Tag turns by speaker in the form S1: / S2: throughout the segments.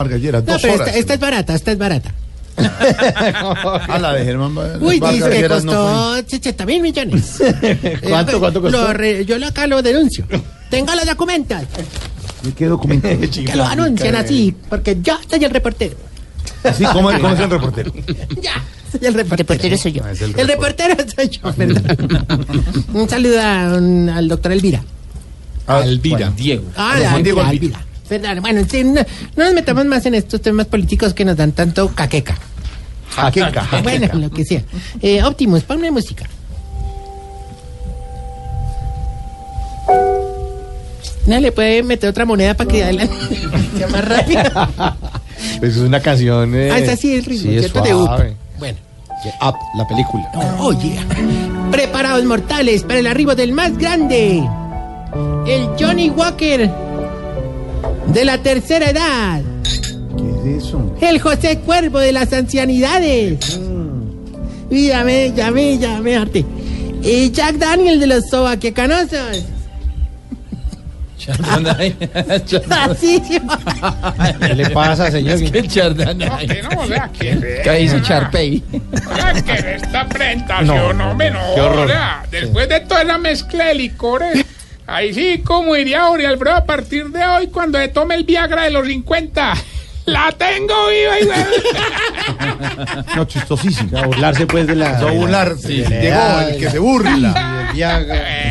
S1: Vargalleras,
S2: No,
S1: dos
S2: pero
S1: horas.
S2: esta, esta es barata, esta es barata.
S1: A la de Germán Var-
S2: Uy, dice que
S1: Vargalleras no
S2: costó 60 mil millones. Eh,
S1: ¿Cuánto, cuánto costó?
S2: lo re- yo lo acá lo denuncio. Tengo los documentos,
S1: fue. ¿Qué documento?
S2: que los anuncian así, porque yo soy el reportero.
S1: eh. Sí, ¿cómo, es- ¿Cómo es el reportero?
S2: Ya, soy el reportero. soy yo.
S1: Ah, es el
S2: el, reportero soy yo, perdón. un saludo a un- al doctor Elvira.
S1: Alvira.
S3: Diego.
S2: Ah,
S1: Juan
S2: Elvira,
S1: Diego Elvira.
S2: Elvira. Perdón, Bueno, en fin, no, no nos metamos más en estos temas políticos que nos dan tanto caqueca.
S1: Jaqueca.
S2: Ah, Bueno, lo que sea. Eh, Optimus, ponme música. No, le puede meter otra moneda para que adelante. sea más rápido.
S1: Pues es una canción. eh,
S2: Ah, es así el ritmo,
S1: sí, es
S2: ¿cierto? De Up.
S1: suave.
S2: Bueno,
S1: De Up, la película.
S2: oye. Preparados mortales para el arribo del más grande. El Johnny Walker. De la tercera edad.
S1: ¿Qué es eso?
S2: El José Cuervo de las ancianidades.
S4: Mm.
S2: Y llamé, llamé, llamé, arte. Y Jack Daniel de los sobaquecanosos.
S3: Chardonnay.
S2: Así.
S1: ¿Qué le pasa, señor?
S3: El Chardonnay.
S5: Tenemos de aquí.
S3: ¿Qué dice Charpey?
S5: que en esta presentación,
S1: No,
S5: no, hombre, no.
S1: qué horror.
S5: O sea, después de toda la mezcla de licores, ahí sí, como diría Oriel Bro, a partir de hoy, cuando se tome el Viagra de los 50, la tengo viva y
S1: No, chistosísimo. A burlarse, pues, de la. A burlarse.
S3: Sí.
S1: Llegó el que se burla.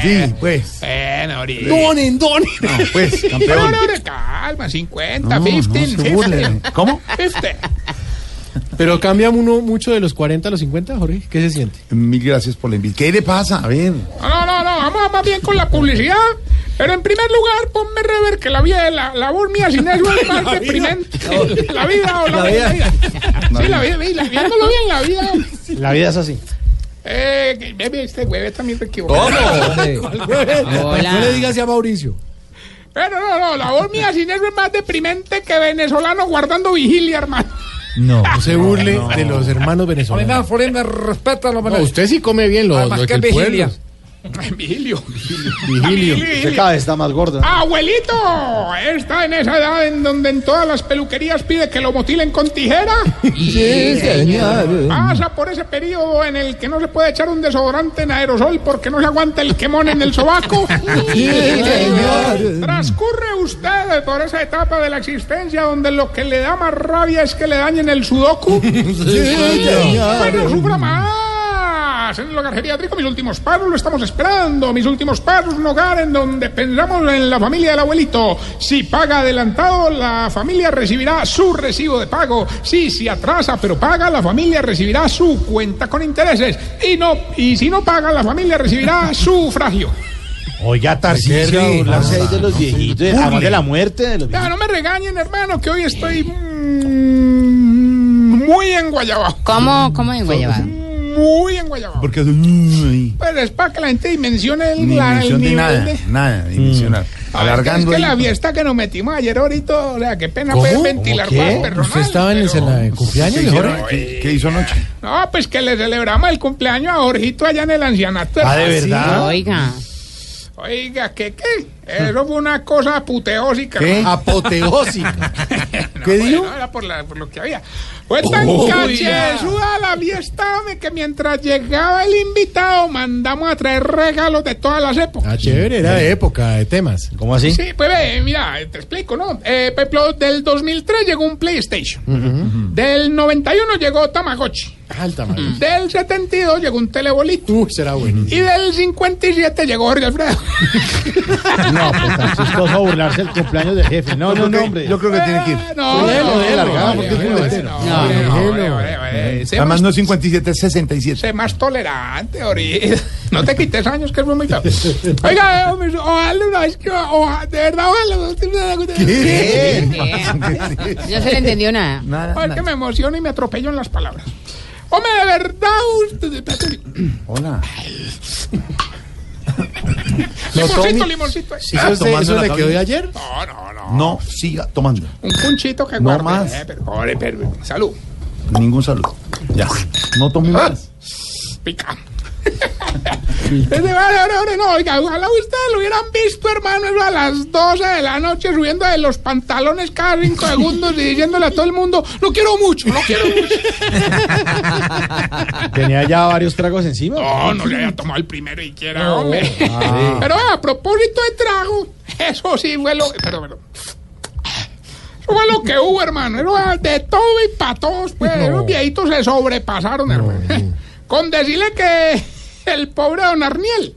S1: Sí, pues.
S5: Bueno, Oriel.
S2: Donen, donen.
S1: No, pues,
S5: No,
S1: campeón.
S5: no, no, calma, 50,
S1: No, no
S5: 15,
S1: se burlen. ¿Cómo?
S5: 50.
S4: Pero cambia uno mucho de los 40 a los 50, Jorge. ¿Qué se siente?
S1: Mil gracias por la invitación. ¿Qué le pasa? A ver.
S5: No, no, no, no, vamos más bien con la publicidad. Pero en primer lugar, ponme rever que la vida de la labor mía sin eso es más deprimente. La vida o la, vida. Sí, la vida, vi- la- viéndolo bien, la vida.
S4: La vida es así.
S5: Eh, que- ve, ve, este hueve también se equivocó.
S4: No le digas ya a Mauricio.
S5: Pero no, no, la labor mía sin eso es más deprimente que venezolano guardando vigilia, hermano.
S4: No. No se burle de los hermanos venezolanos.
S3: Forena, respeta los
S4: No, usted sí come bien los,
S3: Además,
S4: los
S3: ¿qué
S4: del pueblo.
S3: vigilia?
S5: Vigilio.
S4: Vigilio.
S5: Vigilio.
S1: Cada vez está más gorda.
S5: Abuelito, está en esa edad en donde en todas las peluquerías pide que lo motilen con tijera.
S3: Sí, señor.
S5: Pasa por ese periodo en el que no se puede echar un desodorante en aerosol porque no se aguanta el quemón en el sobaco. Transcurre usted por esa etapa de la existencia donde lo que le da más rabia es que le dañen el sudoku. Bueno, sufra más. En el hogar geriátrico, mis últimos pasos lo estamos esperando. Mis últimos pasos, un hogar en donde pensamos en la familia del abuelito. Si paga adelantado, la familia recibirá su recibo de pago. Si se atrasa, pero paga, la familia recibirá su cuenta con intereses. Y, no, y si no paga, la familia recibirá sufragio.
S1: Oiga, Tarcisio. de los viejitos. Además de la muerte de los
S5: Ya, no me regañen, hermano, que hoy estoy mm, muy enguayabado.
S6: ¿Cómo, cómo en Guayabado?
S5: Muy enguayabado.
S1: Porque Ay,
S5: Pero es para que la gente dimensione el,
S1: ni
S5: la- el
S1: mención de
S5: nivel
S1: nada,
S5: de- Ah,
S1: nada, dimensionar. Alargando
S5: Es que la
S1: ahí.
S5: fiesta que nos metimos ayer ahorita, o sea, qué pena
S4: ¿Cómo?
S5: poder ventilar más
S4: ¿Qué?
S5: personal,
S4: ¿Usted estaba en el
S5: pero-
S4: cena de
S1: ¿Qué,
S4: cumpleaños,
S1: hicieron?
S4: Jorge?
S1: ¿Qué- qué hizo anoche?
S5: No, pues que le celebramos el cumpleaños a Jorgito allá en el ancianato.
S1: verdad?
S6: Oiga.
S5: Oiga, ¿qué qué? Eso fue una cosa apoteósica.
S1: ¿Qué?
S4: Apoteósica.
S5: ¿Qué dijo? Era por, la- por lo que había. Fue tan cachezuda la fiesta hombre, que mientras llegaba el invitado mandamos a traer regalos de todas las épocas.
S4: Ah, chévere, era de época, de temas.
S1: ¿Cómo así?
S5: Sí, pues ve, mira, te explico, ¿no? Eh, por ejemplo, del 2003 llegó un PlayStation. Del 91 llegó Tamagotchi.
S4: Alta,
S3: Mm.
S4: man.
S5: Del 72
S1: Mm.
S5: llegó un telebolito.
S4: Uy, será bueno.
S5: Y del 57 llegó Jorge Alfredo.
S1: No, pues Francisco es a burlarse el cumpleaños del jefe. No, no, no, hombre.
S6: Yo creo que tiene que ir.
S5: Eh, No,
S4: Déjelo,
S5: no,
S4: déjelo,
S5: no,
S4: ah,
S6: porque es
S5: déjelo,
S6: puñetero.
S5: no,
S6: No,
S5: déjelo,
S6: déjelo.
S5: déjelo, déjelo. Sé
S6: Además
S5: más-
S6: no 57, es 67.
S5: Sé más tolerante, ahorita. No te quites años, que es muy feo. Oiga, eh, hombre, ojalá una vez que. oja- de verdad, ojalá.
S6: ¿Qué?
S7: No se le entendió nada.
S6: Nada,
S5: Ay, que
S6: nada.
S5: me emociono y me atropello en las palabras. Hombre, de verdad, usted.
S6: Hola.
S5: Limoncito,
S6: Tommy.
S5: limoncito. eh.
S4: ¿Eso, es de-
S6: tomando
S4: eso
S6: la
S4: le quedó de
S6: cabina.
S4: ayer?
S5: No, no, no.
S6: No, siga tomando.
S5: Un punchito que
S6: No
S5: guarde.
S6: más.
S5: eh, pero- pobre, pero- salud.
S6: Ningún saludo. Ya. No tome más.
S5: Pica. Desde- vale, ahora, ahora, no, oiga, ojalá ustedes lo hubieran visto, hermano, eso a las 12 de la noche subiendo de los pantalones cada 5 segundos y diciéndole a todo el mundo, lo quiero mucho, lo quiero mucho.
S1: Tenía ya varios tragos encima.
S5: No, no le había tomado el primero y quiera, hombre.
S1: Ah.
S5: Pero a propósito de trago, eso sí fue lo. Pero, pero. Eso fue lo que hubo, hermano. Era de todo y para todos, pues. Los viejitos se sobrepasaron, hermano. Con decirle que el pobre don Arniel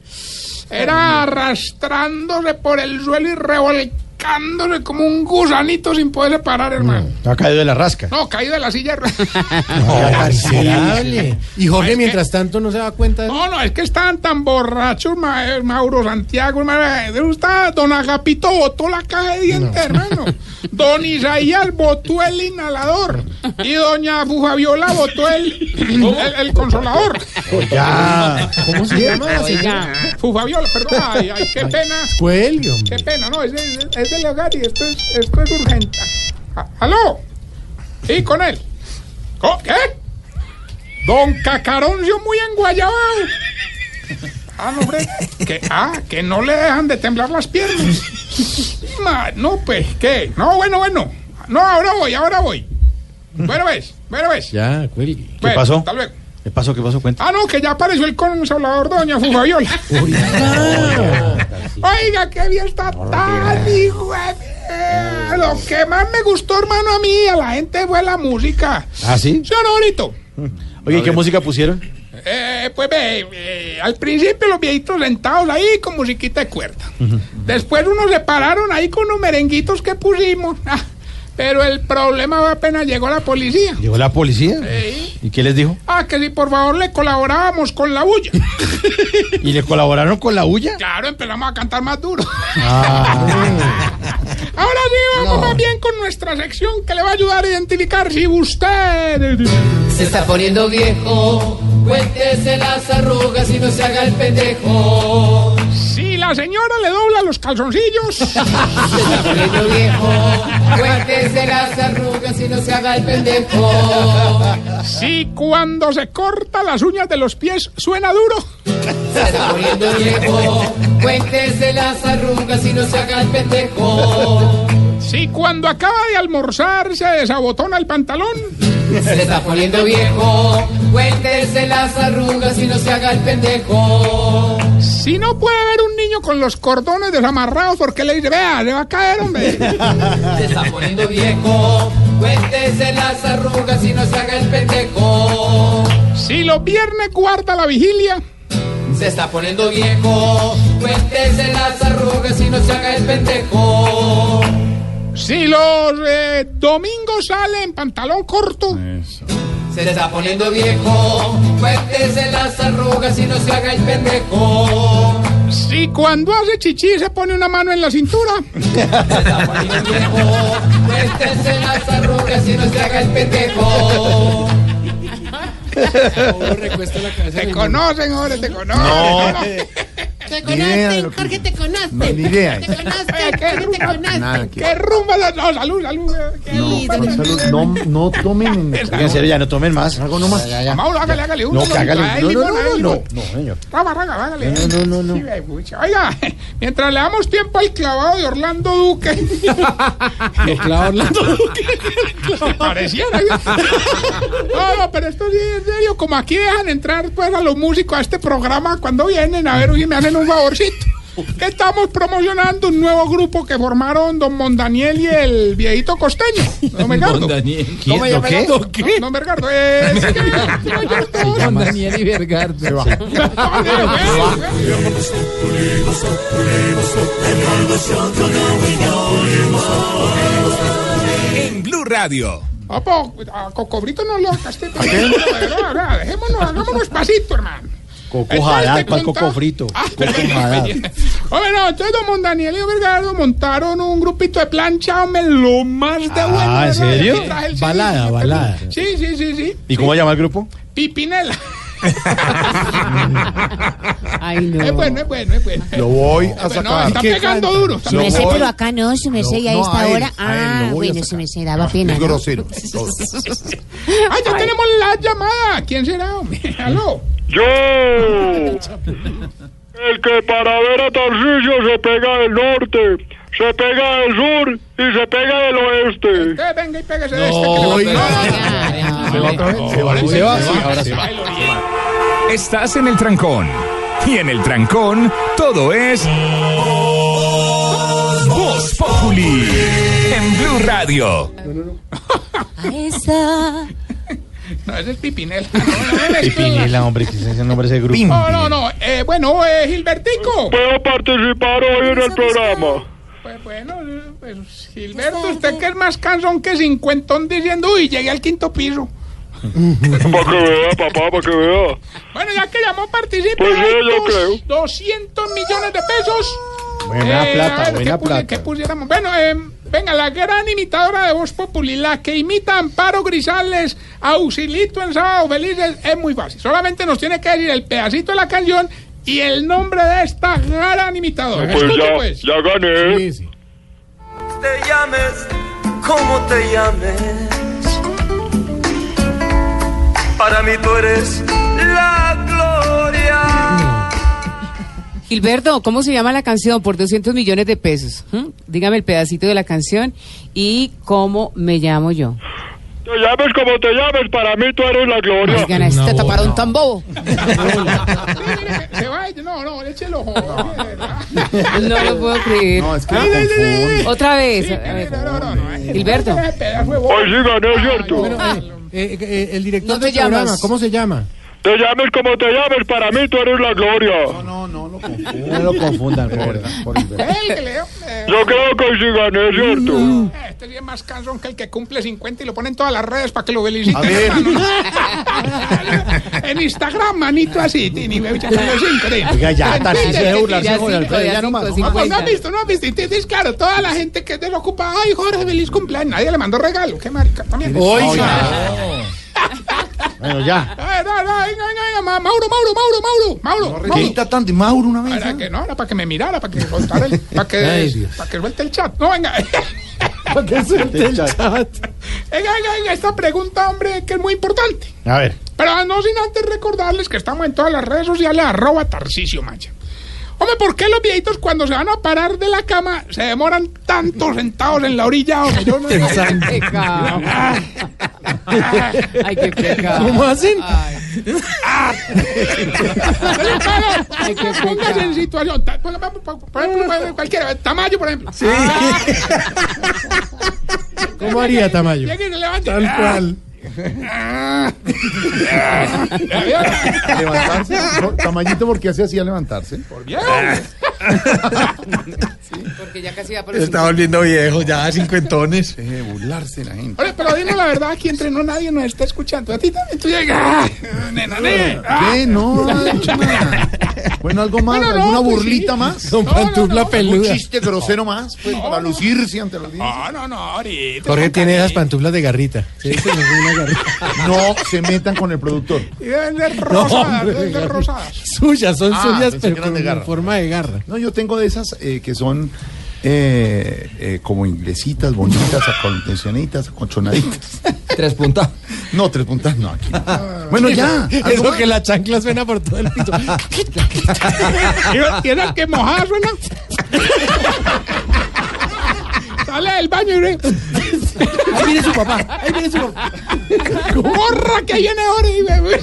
S5: era arrastrándose por el suelo y revolcándose como un gusanito sin poderse parar, hermano.
S1: Ha caído de la rasca.
S5: No, caído de la silla.
S4: Miserable. Y Jorge, mientras tanto, no se da cuenta de
S5: No, no, es que estaban tan borrachos, ma- eh, Mauro Santiago, hermano. Estaba don Agapito botó la caja de dientes, hermano. Don Isaías botó el inhalador. Y doña Fabiola botó el, el, el consolador.
S1: Ya.
S4: cómo se llama.
S7: Oiga.
S5: Fabiola, perdón. Ay, ay, qué pena.
S4: Cuelgue,
S5: Qué
S4: hombre.
S5: pena, no, es, es, es del hogar y esto es, esto es urgente. Ah, ¿Aló? Sí, con él. ¿Co- ¿Qué? Don Cacaroncio muy enguayabado. Ah, no, hombre. Que, ah, que no le dejan de temblar las piernas. Ma- no, pues, ¿qué? No, bueno, bueno. No, ahora voy, ahora voy. Bueno, ves, bueno, ves.
S4: Ya, cuelgue.
S5: Bueno,
S1: pasó?
S5: Hasta luego.
S1: ¿Qué pasó? ¿Qué pasó? Cuenta.
S5: Ah, no, que ya apareció el consolador, doña Fufaviola. Oiga, qué bien está tan, hijo de mierda. Lo que más me gustó, hermano, a mí, a la gente fue la música.
S1: ¿Ah, sí?
S5: ¿Sí o no, bonito?
S1: Oye, ¿qué música pusieron?
S5: Eh, pues ve, eh, al principio los viejitos sentados ahí con musiquita de cuerda. Después unos se pararon ahí con unos merenguitos que pusimos. Ah, pero el problema fue apenas llegó la policía.
S1: Llegó la policía.
S5: Sí.
S1: ¿Y qué les dijo?
S5: Ah, que si por favor le colaborábamos con la bulla.
S1: ¿Y le colaboraron con la huya?
S5: Claro, empezamos a cantar más duro. Ahora sí, vamos más bien con nuestra sección que le va a ayudar a identificar si usted.
S3: Se está poniendo viejo. Cuéntese las arrugas y no se haga el pendejo.
S5: Si la señora le dobla los calzoncillos.
S3: Se está poniendo viejo. Cuéntese las arrugas y no se haga el pendejo.
S5: si cuando se corta las uñas de los pies suena duro.
S3: Se está poniendo viejo. Cuéntese las arrugas y no se haga el pendejo.
S5: Si cuando acaba de almorzar se desabotona el pantalón.
S3: Se está poniendo viejo. Cuéntese las arrugas y no se haga el pendejo.
S5: Si no puede ver un niño con los cordones desamarrados porque le dice, vea, le va a caer, hombre.
S3: Se está poniendo viejo. Cuéntese las arrugas y no se haga el pendejo.
S5: si los viernes guarda la vigilia.
S3: Se está poniendo viejo. Cuéntese las arrugas y no se haga el pendejo.
S5: Si los eh, domingos sale en pantalón corto.
S3: Se está poniendo viejo. Cuéntese las arrugas y no se haga el pendejo.
S5: Si cuando hace chichi se pone una mano en la cintura.
S3: Se está poniendo viejo. Cuéntese las arrugas y no se haga el pendejo.
S5: Te conocen, hombre, te conocen.
S2: Te
S6: idea de
S2: conocen,
S6: lo que-
S2: Jorge, te conocen.
S6: No, ni idea.
S2: Te conocen,
S5: Oye, qué
S2: Jorge, te
S5: rumba.
S6: Nada
S2: conocen.
S6: que.
S5: ¡Qué rumba! la- No, salud, salud. Qué
S6: No,
S5: rumba.
S6: con salud. no, no tomen.
S1: Oiga, en serio, ya no tomen más.
S6: Algo nomás.
S5: Mauro, hágale, hágale.
S1: No,
S5: uno,
S1: que hágale.
S5: ahí,
S1: No, no,
S5: limón, ahí,
S1: no, no, no.
S5: limón.
S1: No, señor.
S5: Raga, raga, hágale.
S6: No, no, no,
S5: Sí,
S6: no.
S5: ve, pucha. Oiga, mientras le damos tiempo al clavado de Orlando Duque.
S4: Orlando.
S5: Se pareciera. No, no, pero esto sí es serio. Como aquí dejan entrar pues a los músicos a este programa cuando vienen, a ver, oye, me hacen un favorcito. que estamos promocionando un nuevo grupo que formaron don Mondaniel y el viejito costeño. Don Bergardo.
S3: Daniel.
S5: ¿Cómo se llama el otro? Don Bergardo. Es que-
S3: Don Daniel y Bergardo.
S7: En Blue Radio.
S5: Opo, a Cocobrito no lo gaste. Dejémonos, hagámonos pasito, hermano.
S1: Coco
S5: Entonces, te
S1: Jadal, ¿cuál
S5: contaba-
S1: coco frito?
S5: Ah,
S1: Coco Jadal.
S5: Hombre, no, entonces don Mondaniel y Bergardo montaron un grupito de plancha, hombre, lo más de bueno.
S1: Ah, ¿en
S5: de radio.
S1: serio?
S5: Aquí traje el CD,
S1: Balada,
S5: ¿no?
S1: balada.
S5: Sí, sí, sí, sí.
S1: ¿Y cómo se llama el grupo?
S5: Pipinela.
S2: Ay, no.
S5: Es bueno, es bueno, es bueno.
S6: Lo voy a
S5: Bueno, no,
S6: sacar.
S5: está pegando duro.
S6: Lo
S5: está pegando-
S8: Su merced,
S6: voy-
S8: pero acá no, su merced,
S6: No,
S8: y a
S6: no,
S8: esta
S6: a él,
S8: hora.
S6: a él, lo
S8: Ah,
S6: voy a
S8: bueno,
S6: sacar.
S8: su merced, daba
S6: Es
S8: pena. ¿no?
S6: grosero. todo.
S5: Ah, ya tenemos la llamada. ¿Quién será, hombre? Aló.
S9: Yo, el que para ver a Tarcillo se pega del norte, Este, se pega del sur y se pega del oeste.
S5: Usted venga y pégase de este. que le va a-
S6: Se va otra vez, se va.
S4: Se va, sí, ahora sí.
S7: Estás en el trancón. Y en el trancón, todo es. Voz Populi. En Blue Radio.
S8: A esa.
S5: No, ese es Pipinela. No, no, no,
S1: Pipinela, hombre, ¿qué es ese nombre de ese grupo?
S5: No, no, no. Eh, bueno, eh, Gilbertico.
S9: Puedo participar hoy en el programa.
S5: Pues bueno, eh, pues, Gilberto, usted que es más cansón que cincuentón diciendo, uy, llegué al quinto piso.
S9: Para que vea, papá, para que vea.
S5: Bueno, ya que llamó, participe.
S9: Pues sí,
S5: Hay
S9: yo
S5: dos-
S9: creo.
S5: 200 millones de pesos.
S1: Buena
S5: Eh, a
S1: plata,
S5: ver, ¿qué
S1: buena
S5: puse- qué
S1: plata.
S5: pusiéramos? Bueno, eh, venga, la gran imitadora de Voz Populi, la que imita a Amparo Grisales, Auxilito en Sábado Felices, es muy fácil. Solamente nos tiene que decir el pedacito de la canción y el nombre de esta gran imitadora.
S9: Pues
S5: Escuche,
S9: ya,
S5: pues.
S9: ya gané.
S3: Te llames como te llames. Para mí tú eres la gloria.
S8: Gilberto, ¿cómo se llama la canción por 200 millones de pesos? ¿Mm? Dígame el pedacito de la canción y cómo me llamo yo.
S9: Te llames como te llames, para mí tú eres la gloria.
S8: Oigan, a este taparon tan bobo.
S5: Sí, mire, se va, no, no, échelo.
S8: Pues No lo puedo creer.
S6: No, es que
S7: Ah,
S6: me confundo.
S8: Otra vez. a ver. Gilberto.
S9: Hoy sí gané, ¿cierto?
S4: Eh, eh, el director
S8: No te
S4: del programa,
S8: llamas.
S4: ¿cómo se llama?
S9: Te llames como te llames, para mí tú eres la gloria.
S6: No, no, lo confundo.
S1: No lo confundan, pobre.
S6: Por Gilberto.
S9: Yo creo que hoy sí gané, ¿cierto?
S5: Este sí es más cansón que el que cumple 50 y lo pone en todas las redes para que lo feliciten.
S6: A ver.
S5: hermano. en Instagram, manito así. Tini, me voy a echar los cinco, tini.
S1: Oiga, ya, Tarcisio, de burlarse
S8: Ya
S1: con
S8: cinco,
S1: Alfredo,
S8: ya
S1: ya no más.
S8: cinco,
S5: No, pues, no
S8: cincuenta.
S5: has visto, no has visto. Entonces, claro, toda la gente que es desocupada. Ay, Jorge, feliz cumpleaños. Nadie le mandó regalo. Qué marica también.
S1: Bueno, ya.
S5: Ay, no, no, venga, venga, venga, Ma- Mauro, Mauro, Mauro, Mauro, Mauro. Mauro.
S6: Quita tanto. y Mauro una vez.
S5: Para
S6: ¿ah?
S5: que no, era para que me mirara, para que soltara el, para que,
S4: Ay, Dios.
S5: para que suelte el chat. No, venga.
S4: Este
S5: Venga, venga, venga, esta pregunta, hombre, que es muy importante.
S1: A ver.
S5: Pero no sin antes recordarles que estamos en todas las redes sociales, arroba Tarcicio Maya. Hombre, ¿por qué los viejitos cuando se van a parar de la cama se demoran tanto sentados en la orilla? Hombre, yo no Ah,
S4: Pensando.
S8: Qué pecado. Ay, qué pecado.
S4: ¿Cómo hacen?
S8: Ay, qué
S5: Póngase en
S8: pecado.
S5: situación. Ta- Por ejemplo, por ejemplo, cualquiera, Tamayo, por ejemplo. Ah,
S4: ¿Cómo haría Tamayo?
S5: Llega y se levanta.
S4: Tal cual.
S6: Levantarse. No, Tamayito, porque así hacía levantarse?
S8: Porque ya casi va por
S4: Está volviendo viejo, ya cincuentones.
S6: Deje de burlarse la gente.
S5: Oye, pero dime la verdad, aquí entre no nadie nos está escuchando. A ti también tú llegas. Ah, Nena, nena. Ah,
S6: ¿Qué? No, ha dicho nada. Bueno, algo más,
S5: Bueno, no,
S6: alguna
S5: pues
S6: burlita
S5: sí.
S6: más.
S4: Con
S5: No, no,
S4: pantufla
S5: no.
S6: Un
S4: peluda.
S6: chiste grosero más, pues, para lucirse ante los
S7: Ah.
S6: días.
S5: Ah, No, no, no, ahorita.
S4: Jorge
S5: con
S4: tiene esas
S5: cariño.
S4: pantuflas de garrita. Sí, se me fue una garrita.
S6: No se metan con el productor.
S5: Y deben ser rosadas,
S4: hombre,
S5: deben ser
S4: Gabriel.
S5: rosadas.
S4: Suyas, son
S6: Ah,
S4: suyas,
S6: pensé que
S4: pero
S6: eran
S4: con
S6: de garra.
S4: forma de garra.
S6: No, yo tengo de esas eh, que son eh, eh, como inglesitas, bonitas, acondicionaditas, acolchonaditas.
S3: Tres puntas.
S6: No, tres puntas, no, aquí. no. Bueno, ya.
S4: Eso que la chancla suena por todo el piso.
S5: Y- y esas que mojar suena. Sale del baño y ve.
S4: Ahí viene su papá. Ahí viene su papá.
S5: ¡Corra que viene ahora! Y ve.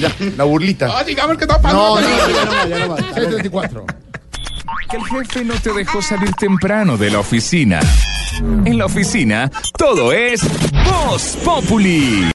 S6: Ya, la burlita.
S5: Ah, digamos que está
S6: No,
S5: pasando.
S6: no, no, ya no más, ya no más.
S9: 634. Que el jefe no te dejó salir temprano de la oficina. En la oficina, todo es Voz Populi.